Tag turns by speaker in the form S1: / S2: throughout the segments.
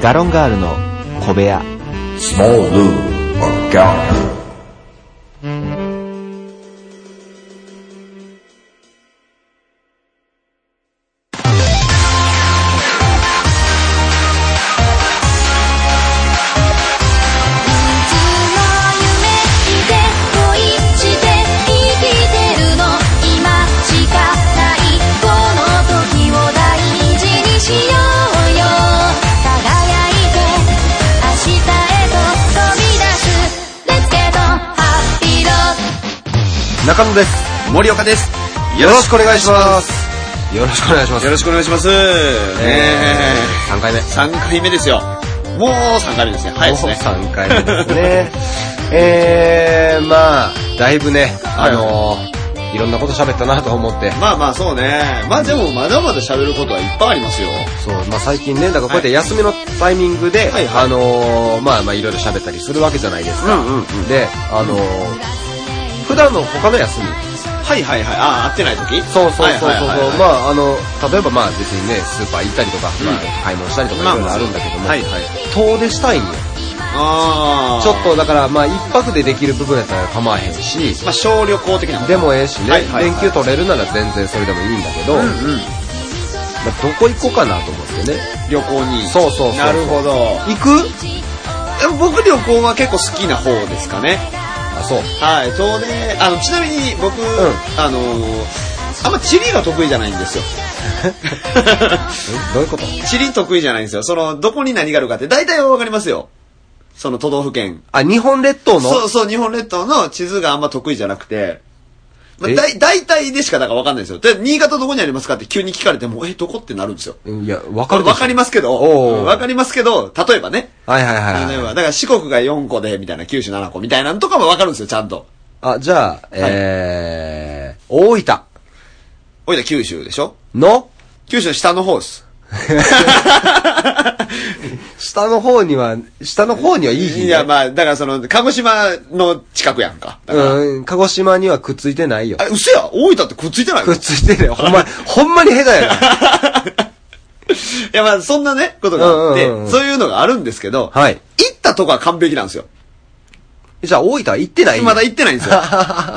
S1: ガロンガールの小部屋
S2: Small Lou or Gallagher.
S3: いつも夢見て恋して生きてるの今しかないこの時を大事にしようよ輝いて明日へと飛び出すレッケとハッピーロー
S4: 中野です。
S5: 森岡です。
S4: よろしくお願いします。よろしくお願いしま
S5: よろしくお願いします。ねえ
S4: 3回目。
S5: 3回目ですよ。もう3回目ですね。早いですね。
S4: 3回目です ね。えー、まあ、だいぶね、あのー、いろんなこと喋ったなと思って。
S5: まあまあそうね。まあでもまだまだ喋ることはいっぱいありますよ。
S4: そう、まあ最近ね、だからこうやって休みのタイミングで、
S5: はいはい
S4: あのー、まあまあいろいろ喋ったりするわけじゃないですか。
S5: うんうんうん
S4: で、あのー、普段の他の休み、
S5: はいはいはい。ああ、会ってない時
S4: そうそうそうそうそう、
S5: はいはいはいはい
S4: まああの例えばまあ別にねスーパー行ったりとか、まあ買い物したりとかいろいろあるんだけども、
S5: はいはい。
S4: 遠出したいんよ
S5: ああ。
S4: ちょっとだからまあ一泊でできる部分やったら構わへんし
S5: まあ小旅行的なこと
S4: でもええしね、
S5: はいはいはい
S4: 連休取れるなら全然それでもいいんだけど、
S5: うんう
S4: まあ、
S5: ん。
S4: どこ行こうかなと思ってね
S5: 旅行に。
S4: そうそうそう
S5: なるほど。
S4: 行く
S5: でも僕旅行は結構好きな方ですかね。
S4: あそう
S5: はい、遠出、あの、ちなみに僕、
S4: ん
S5: あのーあんま地理が得意じゃない んですよ。
S4: えどういうこと
S5: 地理得意じゃないんですよ。その、どこに何があるかって、大体はわかりますよ。その都道府県。
S4: あ日本列島の
S5: そうそう、日本列島の地図があんま得意じゃなくて、まあ、
S4: え
S5: だい大体でしかだからわかんないですよ。で、新潟どこにありますかって急に聞かれても、え、どこってなるんですよ。
S4: うんいやわか
S5: こ
S4: る
S5: れ
S4: でしょ
S5: わかりますけど、
S4: おう
S5: わかりますけど、例えばね。
S4: はいはいはいはい
S5: 例えば、だから四国が4個で、みたいな、九州7個みたいなのとかもわかるんですよ、ちゃんと。
S4: あじゃあ、えー、大分
S5: おいら九州でしょ
S4: の
S5: 九州の下の方です。
S4: 下の方には下の方にはいい日ね
S5: いや、まあ、だからその、鹿児島の近くやんか。だから
S4: うん、鹿児島にはくっついてないよ
S5: あ。れ、嘘や大分ってくっついてないの
S4: くっついてないよ。 ほんま、ほんまに下手やな。
S5: いや、まあ、そんなね、ことがあって、
S4: うんうんうんうん
S5: そういうのがあるんですけど、
S4: はい
S5: 行ったとこは完璧なんですよ。
S4: じゃあ大分は行ってない
S5: まだ行ってないんで すよ。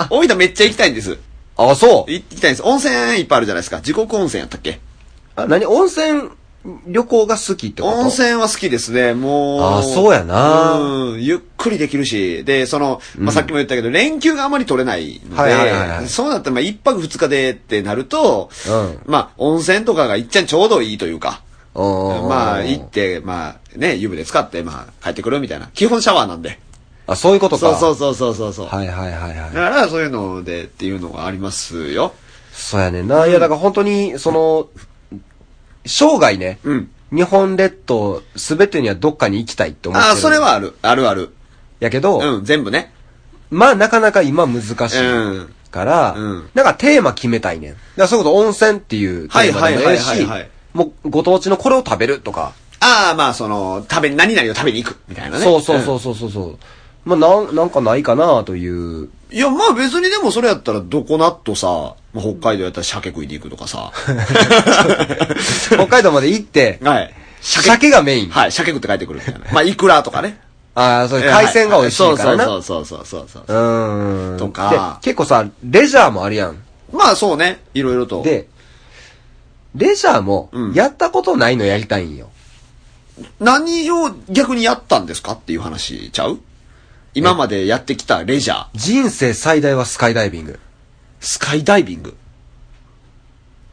S5: 大分めっちゃ行きたいんです。
S4: あ、そう。
S5: 行きたいんです。温泉いっぱいあるじゃないですか。地獄温泉やったっけ
S4: あ、何温泉旅行が好きってこと
S5: 温泉は好きですね、もう。
S4: あそうやな
S5: うん、ゆっくりできるし、で、その、まあ、さっきも言ったけど、連休があまり取れないので、
S4: はいはいはいはい
S5: そうなったら、まあ、一泊二日でってなると、
S4: う
S5: まあ、温泉とかがいっちゃんちょうどいいというか、
S4: うん。
S5: まあ、行って、まあ、ね、湯船使って、まあ、帰ってくるみたいな。基本シャワーなんで。
S4: あ、そういうこと
S5: そ
S4: か。
S5: うそうそうそうそうそう。
S4: はいはいはいはい。
S5: だから、そういうのでっていうのがありますよ。
S4: そうやねんな。いや、だから本当に、その、生涯ね、
S5: うん
S4: 日本列島すべてにはどっかに行きたいって思ってる。
S5: ああ、それ。はある。あるある。
S4: やけど、
S5: うん、全部ね。
S4: まあなかなか今難しい
S5: うん
S4: から、
S5: うん
S4: なんかテーマ決めたいねん。だからそういうこと温泉っていうテーマでもええ
S5: はいはいはい
S4: し
S5: はいはい、
S4: もうご当地のこれを食べるとか、
S5: ああ、まあ、その、食べ、何々を食べに行く、みたいなね。
S4: そうそう
S5: う
S4: そ
S5: ん。
S4: うそうそう。うまあなん、なんかないかなと いう。
S5: いや、まあ別にでもそれやったら、どこなっとさ、まあ北海道やったら鮭食いに行くとか さ。
S4: 北海道まで行って、
S5: はい。
S4: 鮭がメイン。
S5: はい、鮭食って帰ってくるみたいな。まあ、イクラとかね。
S4: ああ、そういう海鮮が美味しいからな。
S5: そうそうそうそうそ
S4: う
S5: うそう。
S4: ーん。
S5: とか
S4: で結構さ、レジャーもあるやん。
S5: まあそうね、いろいろと。
S4: で、レジャーも
S5: う、ん
S4: やったことないのやりたいんよ。
S5: 何を逆にやったんですかっていう話ちゃう今までやってきたレジャー、
S4: 人生最大はスカイダイビング。
S5: スカイダイビング。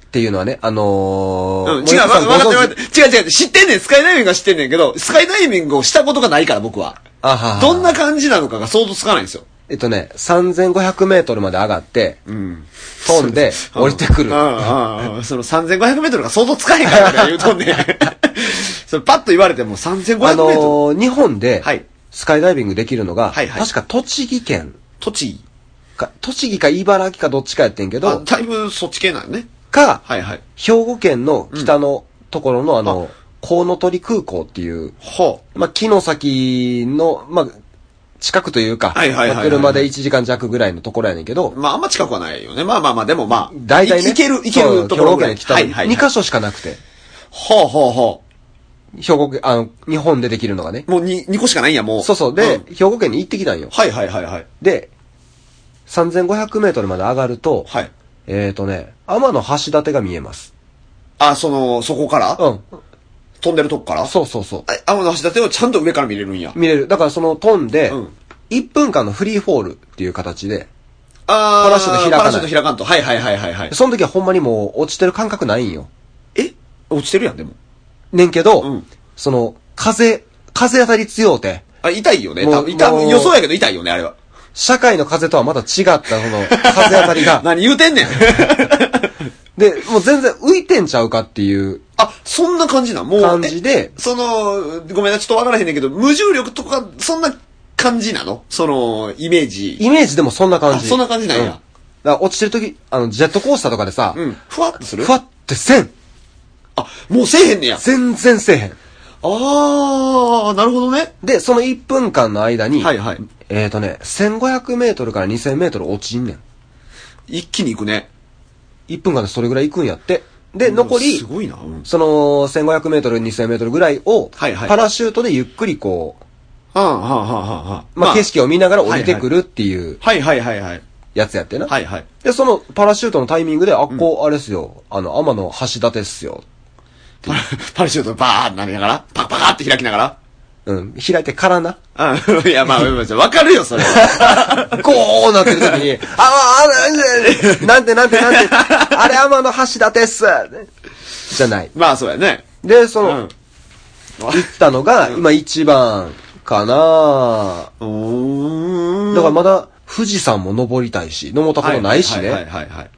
S4: っていうのはね、あのー、
S5: うん、違
S4: 森
S5: う、
S4: 田
S5: わ
S4: さん
S5: 分かって
S4: ご
S5: る
S4: 存知
S5: 分かってる違う違う、知ってんねん、スカイダイビングは知ってんねんけど、スカイダイビングをしたことがないから僕は。
S4: あはは
S5: どんな感じなのかが想像つかないんですよ。
S4: えっとね、3500メートルまで上がって、
S5: うん。
S4: 飛んで、降りてくる
S5: うん、う。ん、うん。その3500メートルが想像つかへんからとか言うと んねん。それパッと言われても3500メ
S4: あ
S5: ートル。
S4: のー、日本で
S5: はい、
S4: スカイダイビングできるのが、
S5: はいはい
S4: 確か栃木県
S5: 栃木。
S4: か、栃木か茨城かどっちかやってんけ
S5: あ
S4: ど、
S5: だいぶそっち系なのね。
S4: か、
S5: はいはい。
S4: 兵庫県の北のところのあの、コウノトリ空港っていう、
S5: ほ
S4: まあ、木の先の、まあ、近くというか、
S5: はいはいはいはい
S4: まあ車で1時間弱ぐらいのところやねんけど
S5: う。、まああんま近くはないよね。まあまあまあ、でもまあ。
S4: 大体ね、
S5: いいける、いけるところぐらい。
S4: そう兵庫県の北
S5: は
S4: の
S5: いはい
S4: 2
S5: はい。
S4: 箇所しかなくて。
S5: ほうほうほう。
S4: 兵庫県、あの、日本でできるのがね。
S5: もうに2個しかないんや、もう。
S4: そうそう。で、
S5: ん
S4: 兵庫県に行ってきたんよ。
S5: はいはいはいはい。
S4: で、3500メートルまで上がると、
S5: はい。
S4: えーとね、天の橋立が見えます。
S5: あ、その、そこから、
S4: うん。
S5: 飛んでるとこから
S4: そうそうそう。
S5: はい天の橋立てをちゃんと上から見れるんや。
S4: 見れる。だからその飛んで
S5: うん、
S4: 1分間のフリーフォールっていう形で、
S5: あ
S4: パラシュート開かない
S5: パラシュート開かんと。はいはいはいはいはい。
S4: その時はほんまにもう落ちてる感覚ないんよ。
S5: え落ちてるやん、でも。
S4: ねんけど、
S5: うん
S4: その、風、風当たり強うて、
S5: あ、痛いよね。
S4: もう
S5: 多分痛
S4: もう
S5: 予想やけど痛いよね、あれは。
S4: 社会の風とはまた違った、その、風当たりが。
S5: 何言うて んねん。
S4: で、もう全然浮いてんちゃうかっていう
S5: あ、そんな感じなんもう。
S4: 感じで
S5: え。その、ごめんな、ちょっとわからへんねんけど、無重力とか、そんな感じなのその、イメージ。
S4: イメージでもそんな感じ。
S5: あそんな感じなんや
S4: うだから落ちてる時、あの、ジェットコースターとかでさ、
S5: うん。ふわっとする
S4: ふわってせん
S5: あ、もうせえへんねや。
S4: 全然せえへん。
S5: あー、なるほどね。
S4: で、その1分間の間に、
S5: はいはい
S4: えーとね、1500メートルから2000メートル落ちんねん。
S5: 一気に行くね。
S4: 1分間でそれぐらい行くんやって。で、残り
S5: す、ごいな。うん
S4: その、1500メートル、2000メートルぐらいを、
S5: はいはい
S4: パラシュートでゆっくりこ
S5: はあ、はあ、はあ、はあ。
S4: う、まあ、景。色を見ながら降りてくるっていう
S5: はいはいはいはい。
S4: やつやってな。
S5: はい はい。
S4: で、そのパラシュートのタイミングで、あっこ、あれっすよ、あの、天の橋立っすよ。
S5: パラパラシュートバーってなりながら、パカパカって開きなが
S4: うん、開いてからな。
S5: ら。うん。いや、まあ、 まあわかるよ、そ れは。
S4: こうなってる時に、あ、あ、あ、なんてなんてなんて、あれ天の橋立っす。じゃない。
S5: まあ、そうやね。
S4: で、そうの、行
S5: ん。
S4: ったのが、今一番かな
S5: おー
S4: だからまだ、富士山も登りたいし、登ったことないし
S5: はいはい
S4: ね。
S5: はいはい。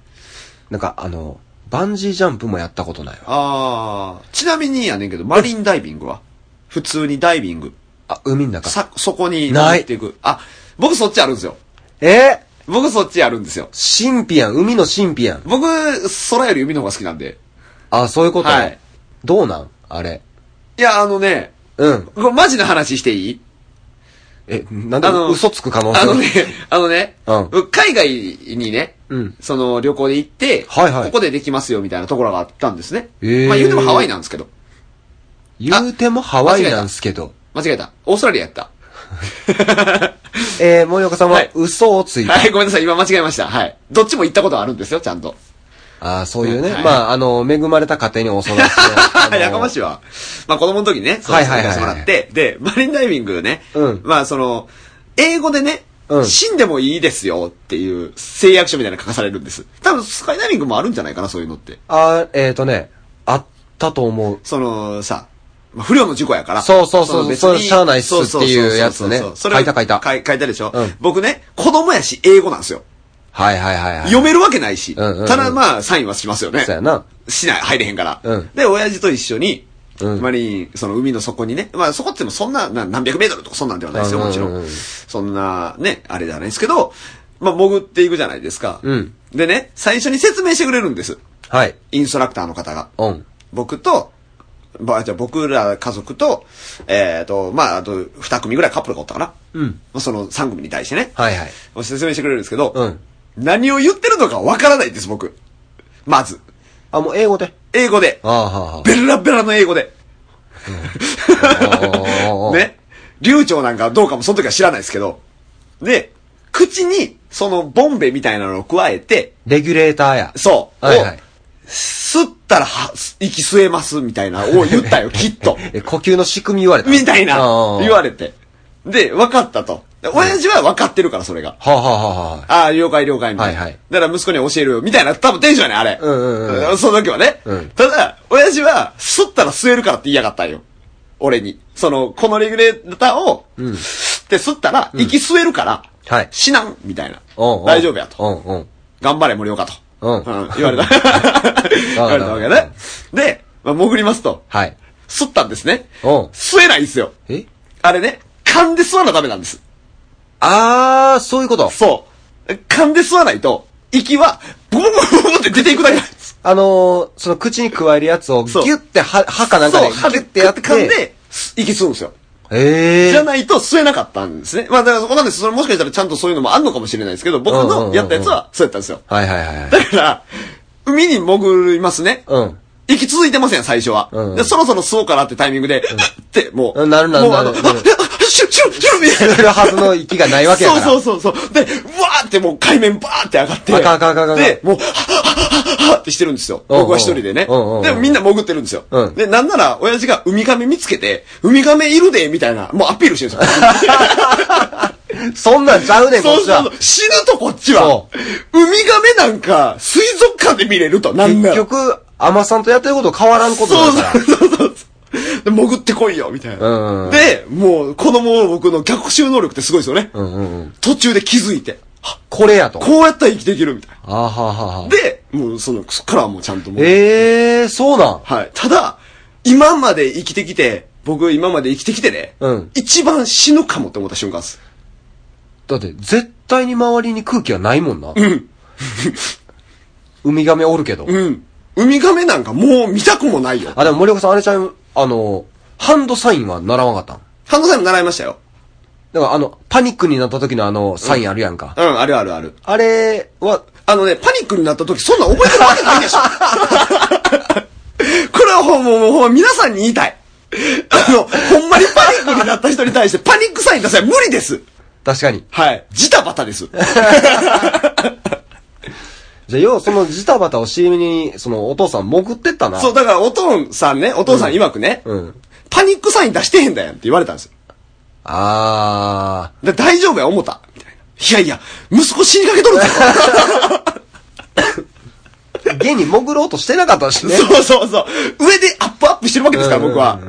S4: なんか、あの、バンジージャンプもやったことないわ。
S5: あー。ちなみにやねんけど、マリンダイビングは普通にダイビング。
S4: あ、海の中。
S5: さ、そこに
S4: ない
S5: 潜っていく。あ、僕そっちあるんですよ。
S4: え
S5: 僕そっちあるんですよ。
S4: ー、神秘やん。海の神秘やん。
S5: 僕、空より海の方が好きなんで。
S4: あ、そういうこと、
S5: はい
S4: どうなんあれ。
S5: いや、あのね、
S4: うん。
S5: これマジな話していい
S4: え、なんで
S5: あの、
S4: 嘘つく可能
S5: あ
S4: 性が
S5: のね、 あのね、
S4: う
S5: 海外にね、
S4: うん
S5: その旅行で行って、
S4: はいはい
S5: ここでできますよみたいなところがあったんですね。
S4: へー
S5: まあ言うてもハワイなんですけど。
S4: 言うてもハワイなんすけど。
S5: 間違えた。オーストラリアやった。
S4: えー、森岡さんは
S5: はい
S4: 嘘をついた。
S5: はい、ごめんなさい。今間違えました。はい。どっちも行ったことはあるんですよ、ちゃんと。
S4: ああ、そういうね。
S5: はい
S4: まあ、あの、恵まれた家庭にお育ちで。あの
S5: やかましいわ。まあ子供の時にね、そう
S4: はいはいはい
S5: 行かせてもらって、で、マリンダイビングね、
S4: うん
S5: まあその、英語でね、
S4: うん
S5: 死んでもいいですよっていう誓約書みたいなの書かされるんです。多分スカイダイビングもあるんじゃないかな、そういうのって。
S4: あーえーとね、あったと思う。
S5: そのさ、まあ不良の事故やから。
S4: そうそうそう
S5: の別
S4: そう
S5: に
S4: しゃあないっす
S5: そうそう
S4: っていうやつね
S5: そうそうそれを
S4: 書いた書いた
S5: 書い書いたでしょ、
S4: うん
S5: 僕ね、子供やし英語なんですよ。
S4: はいはいはいはい。
S5: 読めるわけないし。
S4: うんうんうん
S5: ただまあ、サインはしますよね。
S4: そうやな。
S5: しない、入れへんから。
S4: うん
S5: で、親父と一緒に、
S4: うん
S5: マリン、その海の底にね、まあそこってもそんな、な何百メートルとかそんなんではないですよ、
S4: うん
S5: もちろ
S4: うんうんん。
S5: そんな、ね、あれじゃないですけど、まあ潜っていくじゃないですか。
S4: うん
S5: でね、最初に説明してくれるんです。
S4: はい。
S5: インストラクターの方が。
S4: うん。
S5: 僕と、ば、じゃあ僕ら家族と、えっ、と、まあ、あと、二組ぐらいカップルがおったかな。
S4: うん。
S5: その三組に対してね。
S4: はいはい。
S5: 説明してくれるんですけど、
S4: うん
S5: 何を言ってるのかわからないんです、僕。まず。
S4: あ、もう英語で。
S5: 英語で。
S4: ああ、はあ、は
S5: ベラベラの英語で。
S4: あ。
S5: ね。流暢なんかどうかもその時は知らないですけど。で、口に、そのボンベみたいなのを加えて、
S4: レギュレーターや。
S5: そう。
S4: はいはい
S5: を吸ったらは、息吸えます、みたいな、を言った よ、きっと。
S4: え、呼吸の仕組み言われた。
S5: みたいな、言わ
S4: れ
S5: れて。で、分かったと。で親父は分かってるから、それが。
S4: はあ、はあはあはあ、
S5: ああ、了解了解、みたいな。
S4: はいはい
S5: だから息子に教えるよ、みたいな、多分テンションやねん、あれ。
S4: うんうんうん
S5: その時はね。
S4: うん
S5: ただ、親父は、吸ったら吸えるからって言いやがったんよ。俺に。その、このレギュレーターを、で吸ったら、息吸えるから、
S4: はい
S5: 死なん、みたいな。
S4: うんうん
S5: 大丈夫やと。
S4: うんうん。
S5: 頑張れ、森岡と。
S4: うん
S5: 言われた。 言われたわけね。で、まあ、潜りますと。
S4: はい。
S5: 吸ったんですね。
S4: うん
S5: 吸えないんですよ。
S4: え
S5: あれね、噛んで吸わなダメなんです。
S4: ああ、そういうこと。
S5: そう。噛んで吸わないと、息は、ブブブブブブって出てい くだけなんです。
S4: あのー、その口に加えるやつをギ
S5: そう
S4: ュっては、歯かなんか
S5: そ
S4: で
S5: う、
S4: ギ
S5: 歯
S4: ュ
S5: で
S4: ッてやって。
S5: 噛んで、す息吸うんですよ。
S4: ええ
S5: じゃないと吸えなかったんですね。まあだからそこなんです。それもしかしたらちゃんとそういうのもあんのかもしれないですけど、僕
S4: うんうんうんう
S5: の
S4: ん
S5: やったやつはそうやったんですよ。
S4: はいはいはい。
S5: だから、海に潜りますね。
S4: うん。
S5: 息続いてません、最初は。
S4: うん
S5: で、そろそろ吸おうかなってタイミングで、って、もう。
S4: なるなる
S5: もうあの
S4: なるなる
S5: ああシュルシュルシュルみたいな。
S4: するはずの息がないわけやから。
S5: そうそうそうそう。で、うわーってもう海面バーって上がって。
S4: あかんあかんあかんあかん
S5: で、もう、はっはっはっはっはってしてるんですよ。
S4: うんうん
S5: 僕は一人でね。
S4: うんうんうん
S5: で、みんな潜ってるんですよ。
S4: うん
S5: で、なんなら、親父がウミガメ見つけて、ウミガメいるで、みたいな、もうアピールしてるんですよ。
S4: そんなんちゃうねん、こっ
S5: そう
S4: ち
S5: そ
S4: は
S5: うそう。。死ぬとこっちは
S4: そ。
S5: ウミガメなんか、水族館で見れると、なんな
S4: 結
S5: ら。
S4: 局、アマさんとやってること変わらんことだから。
S5: そうそうそうそう。で、潜ってこいよ、みたい
S4: うんうん
S5: な。で、もう、子供を僕の逆襲能力ってすごいですよね。
S4: うんうんうん。
S5: 途中で気づいて、あ
S4: これやと。
S5: こうやったら生きていけるみたい
S4: あははは
S5: な。。で、もうその、そっからはもうちゃんともう。
S4: ええー、そうなん。
S5: はい。ただ、今まで生きてきて、僕今まで生きてきてね、
S4: うん
S5: 一番死ぬかもって思った瞬間です。
S4: だって、絶対に周りに空気はないもんな。うん。ウミガメおるけど。
S5: うん。ウミガメなんかもう見たくもないよ。
S4: あ、でも森岡さん、あれちゃん、あの、ハンドサインは習わなかったん
S5: ハンドサインも習いましたよ。
S4: だから、あの、パニックになった時のあの、サインあるやんか。
S5: うん、あるあるある。
S4: あれは、
S5: あのね、パニックになった時そんなん覚えてるわけないでしょ。 これはほんま、もうほんま皆さんに言いたい。あの、ほんまにパニックになった人に対してパニックサイン出せば無理です。
S4: 確かに。
S5: はい。ジタバタです。
S4: じゃあ、要はそのジタバタを CM に、その、お父さん潜ってったな。
S5: そう、だからお父さんね、お父さん曰くね、
S4: うん。
S5: パニックサイン出してへんだやんって言われたんですよ。
S4: あ
S5: で、大丈夫や、思った。みたいな。いやいや、息子死にかけとるぞ。
S4: ー。現に潜ろうとしてなかった しね。
S5: そうそうそう。上でアップアップしてるわけですから、
S4: うんうんうん
S5: 僕は。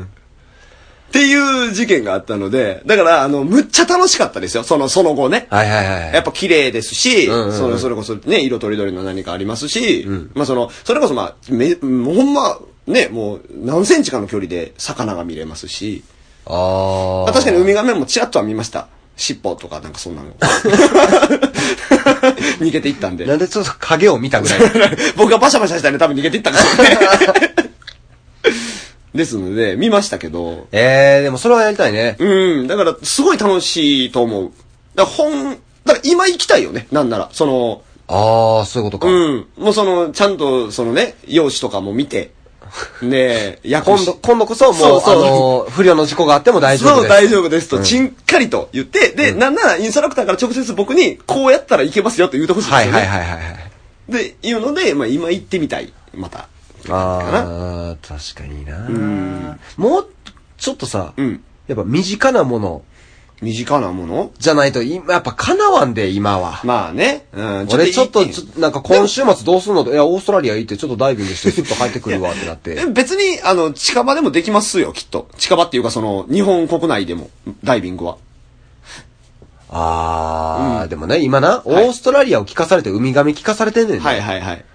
S5: っていう事件があったので、だから、あの、むっちゃ楽しかったですよ。その、その後ね。
S4: はいはいはい。
S5: やっぱ綺麗ですし、
S4: うんうんうん
S5: そのそれこそね、色とりどりの何かありますし、まあその、それこそまあ、め、もうほんま、ね、もう何センチかの距離で魚が見れますし、
S4: あ
S5: ま
S4: あ。
S5: あ確かにウミガメもちらっとは見ました。尻尾とかなんかそんなの。 逃げていったんで
S4: な。んでちょっと影を見たぐらい。
S5: 僕がバシャバシャしたんで多分逃げていったんですよね。 ですので、見ましたけど、
S4: ええー、でもそれはやりたいね。
S5: うん、だからすごい楽しいと思う。だから本、だから今行きたいよね、なんなら。その、
S4: ああ、そういうことか。
S5: うん。もうその、ちゃんと、そのね、容姿とかも見て、ねえ、や
S4: 今度、今度こそもう、
S5: そうそう
S4: あの、不慮の事故があっても大丈夫
S5: そ
S4: で
S5: う、
S4: す。
S5: 大丈夫ですと、
S4: うん
S5: ちんかりと言って、で、なんならインストラクターから直接僕に、こうやったらいけますよと言うてほしいんで
S4: はい
S5: すよ、ね。
S4: はいはいはいはい。
S5: い。で、言うので、まあ今行ってみたい、また。な
S4: ああ、確かにな。もう、ちょっとさ、
S5: うん
S4: やっぱ身近なもの
S5: 身近なもの
S4: じゃないと、今、やっぱ叶わんで、今は。
S5: まあね。うん、
S4: 俺ちょっと、
S5: いい
S4: ちょっとなんか今週末どうすんのと、いや、オーストラリア行ってちょっとダイビング してスッと帰ってくるわってなっ
S5: え
S4: て。
S5: 別に、あの、近場でもできますよ、きっと。近場っていうか、その、日本国内でも、ダイビングは。
S4: あー、でもね、今な、オ
S5: い
S4: ーストラリアを聞かされて、ウミガメ聞かされてんねんね。
S5: はいはいはい。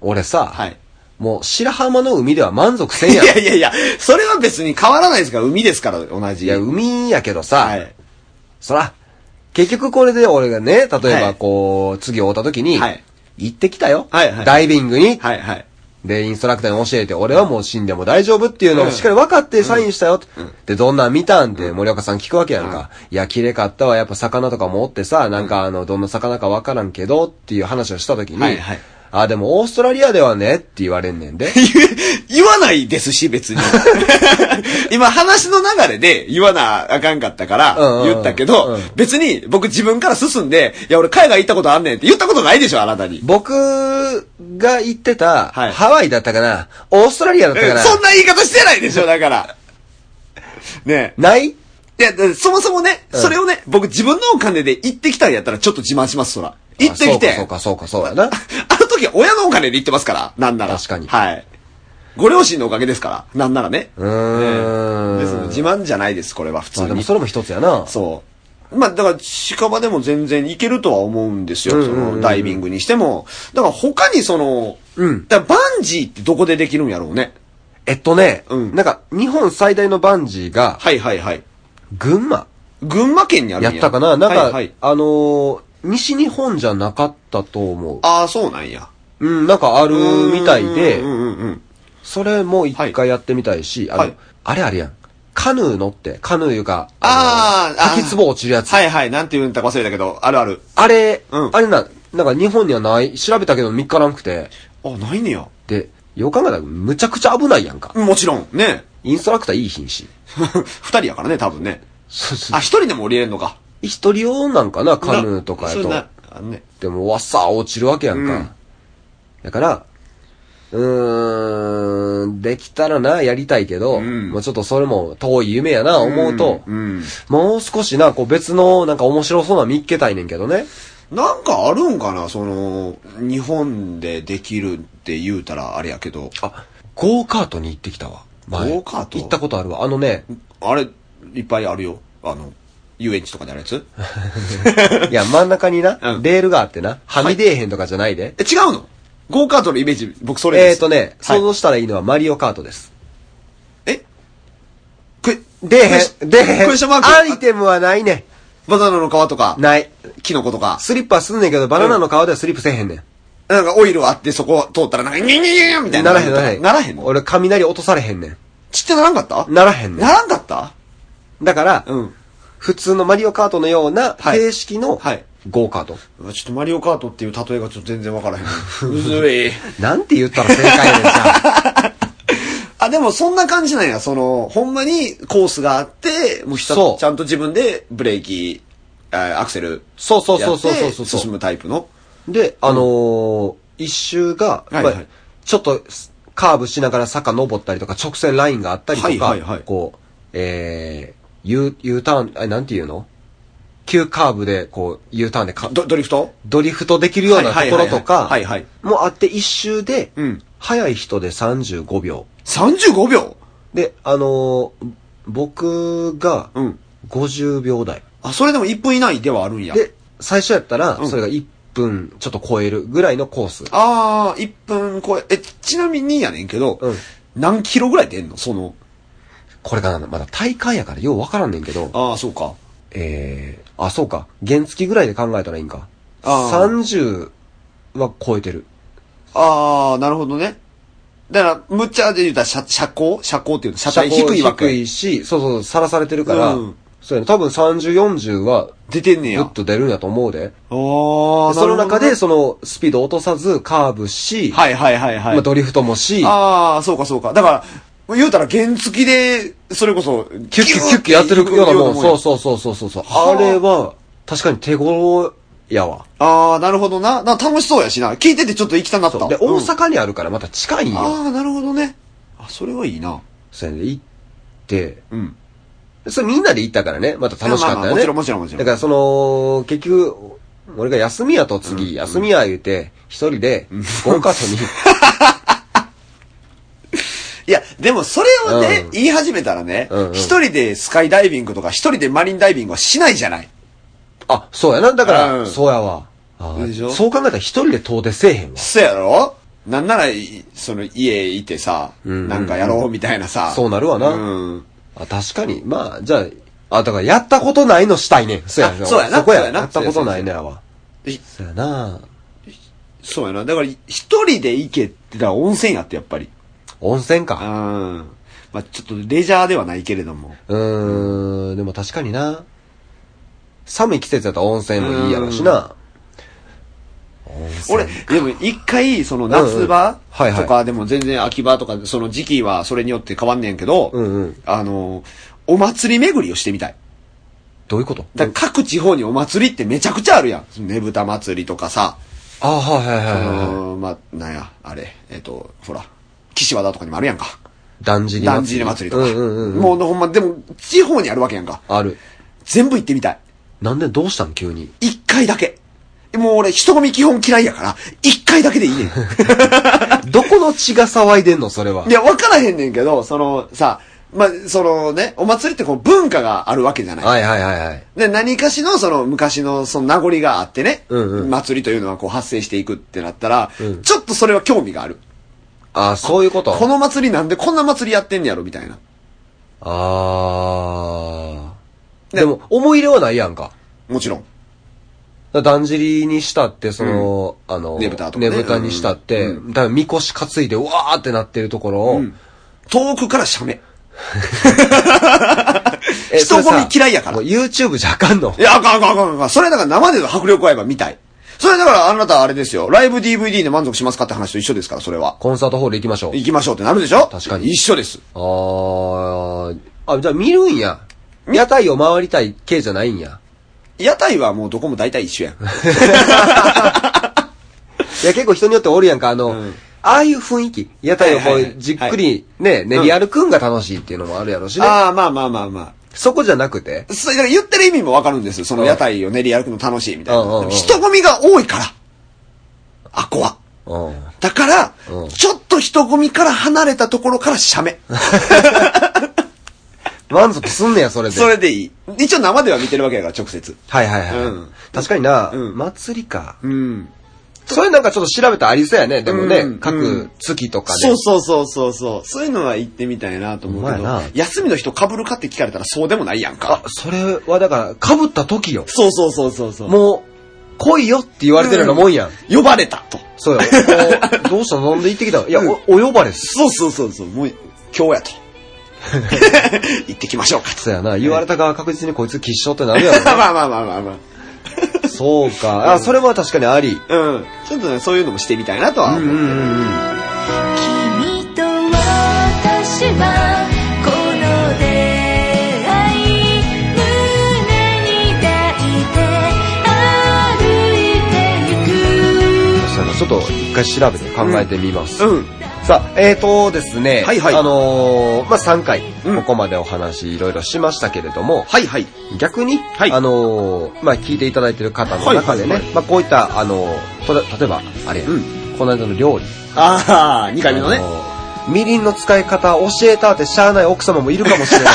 S4: 俺さ、
S5: はい
S4: もう白浜の海では満足せん
S5: い
S4: やん。
S5: やいやいや、それは別に変わらないですから、海ですから、同じ。
S4: いや、海やけどさ、
S5: はい
S4: そら、結局これで俺がね、例え
S5: は
S4: ば
S5: い
S4: こう、次会った時に、
S5: はい
S4: 行ってきたよ、
S5: はいはい
S4: ダイビングに、
S5: はいはい。
S4: で、インストラクターに教えて、俺はもう死んでも大丈夫っていうのをしっかり分かってサインしたよと。で、どんなん見たんって森岡さん聞くわけやんか。いや、綺麗かったわ。やっぱ魚とかもおってさ、なんかあの、どんな魚か分からんけどっていう話をした時に、
S5: はいはい
S4: あ、でもオーストラリアではねって言われんねんで。
S5: 言わないですし、別 に。今、話の流れで言わなあかんかったか
S4: うんうん
S5: ら、
S4: うん
S5: 言ったけど、
S4: うん
S5: 別に僕自分から進んで、いや、俺海外行ったことあんねんって言ったことないでしょ、あなたに。
S4: 僕が行ってた、
S5: はい
S4: ハワイだったかな、オーストラリアだったかな、
S5: そんな言い方してないでしょ、だから。ねえ。
S4: ない
S5: いや、だそもそもね、
S4: ん
S5: それをね、僕自分のお金で行ってきたんやったらちょっと自慢します、そら。行ってきて。
S4: あそうか、そうか、そうか、そうやな。
S5: あの時は親のお金で行ってますから、なんなら。
S4: 確かに
S5: はい。ご両親のおかげですから、なんならね。
S4: うーん
S5: ねですので自慢じゃないです、これは、普通
S4: まあ
S5: に。
S4: でもそれも一つやな。
S5: そう。まあ、だから、近場でも全然行けるとは思うんですよ。その、ダイビングにしても。だから、他にその、
S4: うん
S5: だからバンジーってどこでできるんやろうね。
S4: えっとね、
S5: うん
S4: なんか、日本最大のバンジーが、
S5: はいはいはい。
S4: 群馬
S5: 群馬県にある
S4: や
S5: んや。
S4: ったかななんか、
S5: はいはい、
S4: あのー西日本じゃなかったと思う。
S5: ああ、そうなんや。
S4: うん、なんかあるみたいで
S5: うん、うんうん。
S4: それも一
S5: は
S4: 回やってみたいし、あの、
S5: はい
S4: あれあれやん。カヌー乗って、カヌーいうか、
S5: あーあ
S4: の
S5: ー
S4: 滝壺落ちるやつ。
S5: はいはい、なんて言うんだか忘れたけど、あるある。
S4: あれ、
S5: うん
S4: あれな、なんか日本にはない、調べたけど見っからんくて、
S5: あ、ないねや。
S4: で、よく考えたらむちゃくちゃ危ないやんか。
S5: もちろん、ね。
S4: インストラクターいい品種。
S5: 二人やからね、多分ね。
S4: そうそう
S5: あ、一人でも降りれんのか。
S4: 一人用なんかな、カヌーとかや
S5: そう
S4: と
S5: な。あのね。
S4: でも、わっさー落ちるわけやんか。
S5: うん
S4: だから、うーん、できたらな、やりたいけど、
S5: ん
S4: もうちょっとそれも遠い夢やな、思うと、
S5: うんうん
S4: もう少しな、こう別の、なんか面白そうなの見っけたいねんけどね。
S5: なんかあるんかなその、日本でできるって言うたらあれやけど。
S4: あ、ゴーカートに行ってきたわ。前
S5: ゴーカート
S4: 行ったことあるわ。あのね、
S5: あれ、いっぱいあるよ。あの、遊園地とかであるやつ
S4: いや、真ん中にな、
S5: うん
S4: レールがあってな、はみ出えへんとかじゃないで。
S5: え、違うのゴーカートのイメージ、僕それ
S4: え
S5: で
S4: ー
S5: す。
S4: とね、
S5: はい
S4: 想像したらいいのはマリオカートです。
S5: えくえ、
S4: 出え
S5: クエス
S4: へん、出えへん。
S5: クエスチョンマーク
S4: アイテムはないね
S5: バナナの皮とか
S4: ん。、ない。
S5: キノコとか、
S4: スリップはすんねんけど、バナナの皮ではスリップせえへんねん。
S5: なんかオイルあってそこ通ったらなんか、ニャニャニャニャみたいな。
S4: ならへん、ならへん。
S5: ならへんの
S4: 俺、雷落とされへんねん。
S5: ちってならんかった
S4: ならへんね
S5: ならんかった
S4: ん。だから、
S5: うん。
S4: 普通のマリオカートのような、
S5: はい
S4: 形式の
S5: はい、
S4: ゴーカート。
S5: うわちょっとマリオカートっていう例えがちょっと全然わからへん。 うずい。
S4: なんて言ったら正解やねんじゃ
S5: あ、でもそんな感じなんや。その、ほんまにコースがあって、もうひた
S4: そう
S5: ちゃんと自分でブレーキ、あアクセル、
S4: そうそうそうそうそうそう
S5: やって進むタイプの。
S4: ん。で、あのー、一周が、
S5: はいはい
S4: まあちょっと、カーブしながら坂登ったりとか、直線ラインがあったりとか
S5: はいはいはい、
S4: こう、えー、U、U ターン、あなんて言うの急カーブで、こう、U ターンでか、
S5: ドドリフト
S4: ドリフトできるようなところとか
S5: はいはいはいはいはいはい、
S4: もあって一周で
S5: うん、
S4: 早い人で35秒。
S5: ?35 秒
S4: で、あのー僕が
S5: うん、
S4: 50秒台。
S5: あ、それでも1分以内ではあるんや。
S4: で、最初やったら、
S5: ん
S4: それが1分ちょっと超えるぐらいのコース。
S5: あー、1分超え、え、ちなみにやねんけど、
S4: うん
S5: 何キロぐらい出んのその、
S4: これがなまだ体感やからようわからんねんけど、
S5: あー、そうか。
S4: えー、あ、そうか。原付きぐらいで考えたらいいんか。
S5: あー
S4: 30は超えてる。
S5: あー、なるほどね。だから、むっちゃで言うたら車、車高車高っていうの車体低いわけ。
S4: 低いし、そうそう、さらされてるから、
S5: うん
S4: そうやね。多分30、40は、
S5: 出てんね
S4: ぐ
S5: や。
S4: っ
S5: あ
S4: と出るんやと思うで。
S5: ー、
S4: その中で、
S5: そ
S4: その、スピード落とさず、カーブし、
S5: はいはいはいはい。
S4: まあ、ドリフトもし、
S5: ああ、そうかそうか。だから、言うたら原付きで、それこそ、
S4: キュッキュッキュッキュやってるようなもん。そう
S5: う。
S4: そうそうそうそうそう。あ
S5: はあ
S4: れは、確かに手頃やわ。
S5: ああ、なるほどな。なんか楽しそうやしな。聞いててちょっと行きたなった。
S4: そう。で、
S5: うん
S4: 大阪にあるからまた近いんよ。
S5: ああ、なるほどね。あ、それはいいな。
S4: それで行って、
S5: うん。
S4: それみんなで行ったからね、また楽しかった
S5: まあ
S4: よ
S5: まあもち
S4: ね。
S5: ろんもちろんもちろん
S4: だからその、結局、俺が休みやと次、休みや言うて、一人で、ゴーカー トに、
S5: いや、でもそれをね、
S4: うん
S5: 言い始めたらね
S4: うんう、ん
S5: 一、人でスカイダイビングとか、一人でマリンダイビングはしないじゃない。
S4: あ、そうやな。だから、
S5: うん
S4: そうやわ。あー
S5: でしょ
S4: そう考えたら一人で遠出せえへんわ。
S5: そうやろなんなら、いその家いてさ、
S4: ん
S5: なんかやろうみたいなさ。
S4: そうなるわな
S5: うん。
S4: あ、確かに。まあ、じゃあ、あ、だからやったことないのしたいね。そうや
S5: あそうやな
S4: そこや。
S5: そうやな
S4: やったことないねやわ。
S5: で
S4: そうやな。
S5: そうやな。だから、一人で行けって、だから温泉やって、やっぱり。
S4: 温泉か。
S5: うん。まあちょっとレジャーではないけれども。
S4: うーん、でも確かにな。寒い季節やったら温泉もいいやろしな。温泉
S5: 俺、でも一回、その夏場
S4: うんうんはいはい
S5: とかでも全然秋場とか、その時期はそれによって変わんねんけど、
S4: うんうん
S5: あの、お祭り巡りをしてみたい。
S4: どういうこと
S5: だから各地方にお祭りってめちゃくちゃあるやん。そのねぶた祭りとかさ、
S4: あ、はいはい
S5: あ
S4: はいはい。
S5: のー、まあ、なんや、あれ、えっ、と、ほら、岸和田とかにもあるやんか。
S4: だんじり祭り。
S5: だんじり祭りとか。
S4: うんうんうんうん。
S5: もうほんま、でも地方にあるわけやんか。
S4: ある。
S5: 全部行ってみたい。
S4: なんでどうしたん急に。
S5: 一回だけ。もう俺人混み基本嫌いやから、一回だけでいいね ん。
S4: どこの血が騒いでんのそれは。
S5: いや、わからへんねんけど、その、さ、まあ、そのね、お祭りってこう文化があるわけじゃない。
S4: はいはいはいはい。
S5: で、何かしのその昔のその名残があってね、
S4: うんうん
S5: 祭りというのはこう発生していくってなったら、
S4: うん
S5: ちょっとそれは興味がある。
S4: あ、そういうこと。
S5: この祭りなんでこんな祭りやってんねやろみたいな。
S4: あー。
S5: で
S4: でも、思い入れはないやんか。
S5: もちろん。
S4: だだんじりにしたって、その、あの、
S5: ねぶたとかね
S4: ぶたにしたって、
S5: う
S4: だから、みこし担いで、うわーってなってるところを、
S5: うん遠くから写メ。
S4: え
S5: 人
S4: それ
S5: 混
S4: さ
S5: み嫌いやから
S4: もう YouTube じゃあかんの
S5: いや、あかんあかんあかんあかん。それだから生での迫力あれば見たい。それだからあなたあれですよ、ライブ DVD で満足しますかって話と一緒ですから、それは。
S1: コンサートホール行きましょう。
S5: 行きましょうってなるでしょ
S1: 確かに
S5: 一緒です。
S1: あー、あ、じゃあ見るんや。屋台を回りたい系じゃないんや。
S5: 屋台はもうどこも大体一緒やん。
S1: いや、結構人によっておるやんか、あの、ああいう雰囲気、屋台をこ
S5: はいはいは
S1: う、
S5: い
S1: じっくりね、練り歩くんが楽しいっていうのもあるやろしね。
S5: ああ、まあまあまあまあ。
S1: そこじゃなくて、
S5: それだから言ってる意味もわかるんですよ。その
S1: うん
S5: 屋台を練り歩くの楽しいみたい
S1: うんうんうん
S5: な。人混みが多いから。あこは。
S1: うん。
S5: だから、
S1: うん
S5: ちょっと人混みから離れたところから 写メ。
S1: 満足すんねや、それで。
S5: それでいい。一応生では見てるわけやから、直接。
S1: はいはいはい。
S5: うん
S1: 確かにな、
S5: うん
S1: 祭りか。
S5: うん。
S1: そういうなんかちょっと調べたらありそうやね。でもね、
S5: うんう
S1: 各
S5: ん
S1: 月とかで。
S5: そうそうそうそうそう。そういうのは行ってみたいなと思うけ
S1: ほん
S5: ど
S1: まやな、
S5: 休みの人被るかって聞かれたらそうでもないやん
S1: あ
S5: か、。
S1: それはだから、被った時よ。
S5: そうそうそうそうそう。う、
S1: もう、来いよって言われてるようなもんやん。
S5: 呼ばれたと。
S1: そうよ。おどうしたのなんで行ってきたのいや、お、お呼ばれっす。
S5: そうそうそうそう。もう、今日 やと。行ってきましょうかと。
S1: そうやな。言われた側確実にこいつ吉祥ってなるやろ
S5: まあまあまあまあまあ。
S1: な。そうか。 あ、それは確かにあり。
S5: うん。ちょっとね、そういうのもしてみたいなとは
S1: うんうん
S5: 思う。
S1: うんうん。
S3: 君と私はこの出会い胸に抱いて歩いてゆく
S1: そうやなちょっと一回調べて考えてみます。
S5: うん。
S1: さあ、えーとですね、
S5: はいはい
S1: あのーまあ、3回、
S5: うん
S1: ここまでお話いろいろしましたけれども、
S5: はいはい。
S1: 逆に、
S5: い
S1: あのーまあ、聞いていただいてる方の中でね、
S5: はいはいはい
S1: まあ、こういった、あのーと例えば、あれや、
S5: うん
S1: この間の料理、
S5: ああ、2回目の
S1: あ
S5: ね。
S1: のーみりんの使い方教えたってしゃあない奥様もいるかもしれない。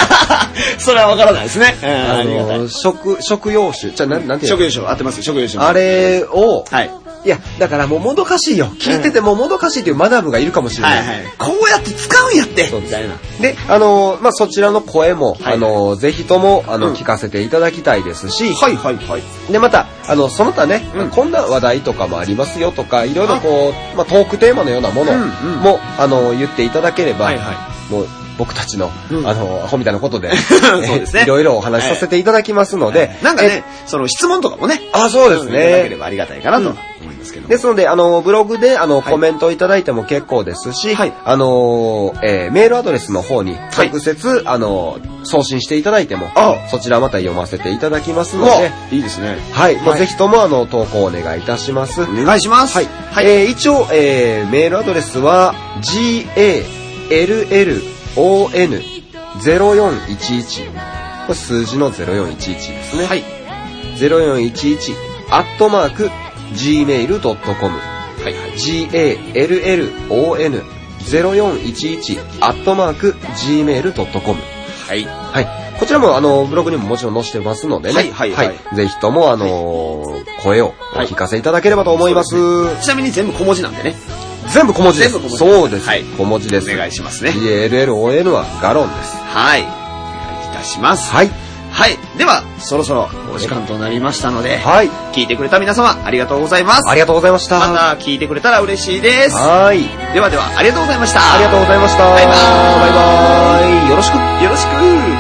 S5: それはわからないですね。うん、 あ
S1: あ
S5: りがた
S1: のー
S5: い。
S1: 食、食用酒、じゃあ、なん、なんていう
S5: 職
S1: の
S5: 業賞、合ってます職業賞。
S1: あれを、
S5: はい。
S1: いや、だからもうもどかしいよ。聞いててもうもどかしいというマダムがいるかもしれな。
S5: はいいはい。こうやって使うんやって
S1: そう
S5: みたいな。
S1: で、あのーまあ、そちらの声も、
S5: はい
S1: あのーぜひとも、あの、
S5: うん
S1: 聞かせていただきたいですし、
S5: はいはいはい。
S1: で、また、あの、その他ね、
S5: うん
S1: こんな話題とかもありますよとか、いろいろこう、まあ、トークテーマのようなもの
S5: うんうん
S1: も、あのー言っていただければ、
S5: はいはい
S1: もう、僕たちの、
S5: うん
S1: あのーアホみたいなことで、
S5: そうですね
S1: えいろいろお話しさせていただきますので、
S5: なんか
S1: え
S5: ね、その質問とかもね。
S1: あそうですね
S5: んいただければありがたいかなと思いますけども。
S1: ですので、あの、ブログで、あの、
S5: はい
S1: コメントいただいても結構ですし、
S5: はい
S1: あの、えーメールアドレスの方に、
S5: い
S1: 直接、あの、送信していただいても
S5: あ、
S1: そちらまた読ませていただきます
S5: う
S1: の
S5: わ
S1: で、
S5: いいですね。
S1: はい、もう
S5: はい
S1: ぜひとも、あの、投稿お願いいたします。
S5: お願いします。
S1: はい。えー一応、えーメールアドレスは、gallon0411。これ数字の0411ですね。
S5: はい。
S1: 0411、アットマーク、gmail.com。
S5: はいはい。
S1: gallon0411 アットマーク gmail.com
S5: はい。
S1: はい。こちらも、あの、ブログにももちろん載せてますのでね。
S5: はいはいはい
S1: ぜひとも、あの声をお聞かせいただければと思います。
S5: ちなみに全部小文字なんでね。
S1: 全部小文字です。
S5: 全部小文字
S1: そうです。
S5: はい
S1: 小文字
S5: お
S1: です。
S5: 願いしますね。
S1: GLLON はガロンです。
S5: はい。お願いいたします。
S1: はい。
S5: はい。では、そろそろお時間となりましたので、
S1: はい。
S5: 聞いてくれた皆様ありがとうございます。
S1: ありがとうございました。
S5: また聞いてくれたら嬉しいです。
S1: はい。
S5: ではでは、ありがとうございました。
S1: ありがとうございました。
S5: バイバーイ
S1: バイバイ。よろしく。
S5: よろしく。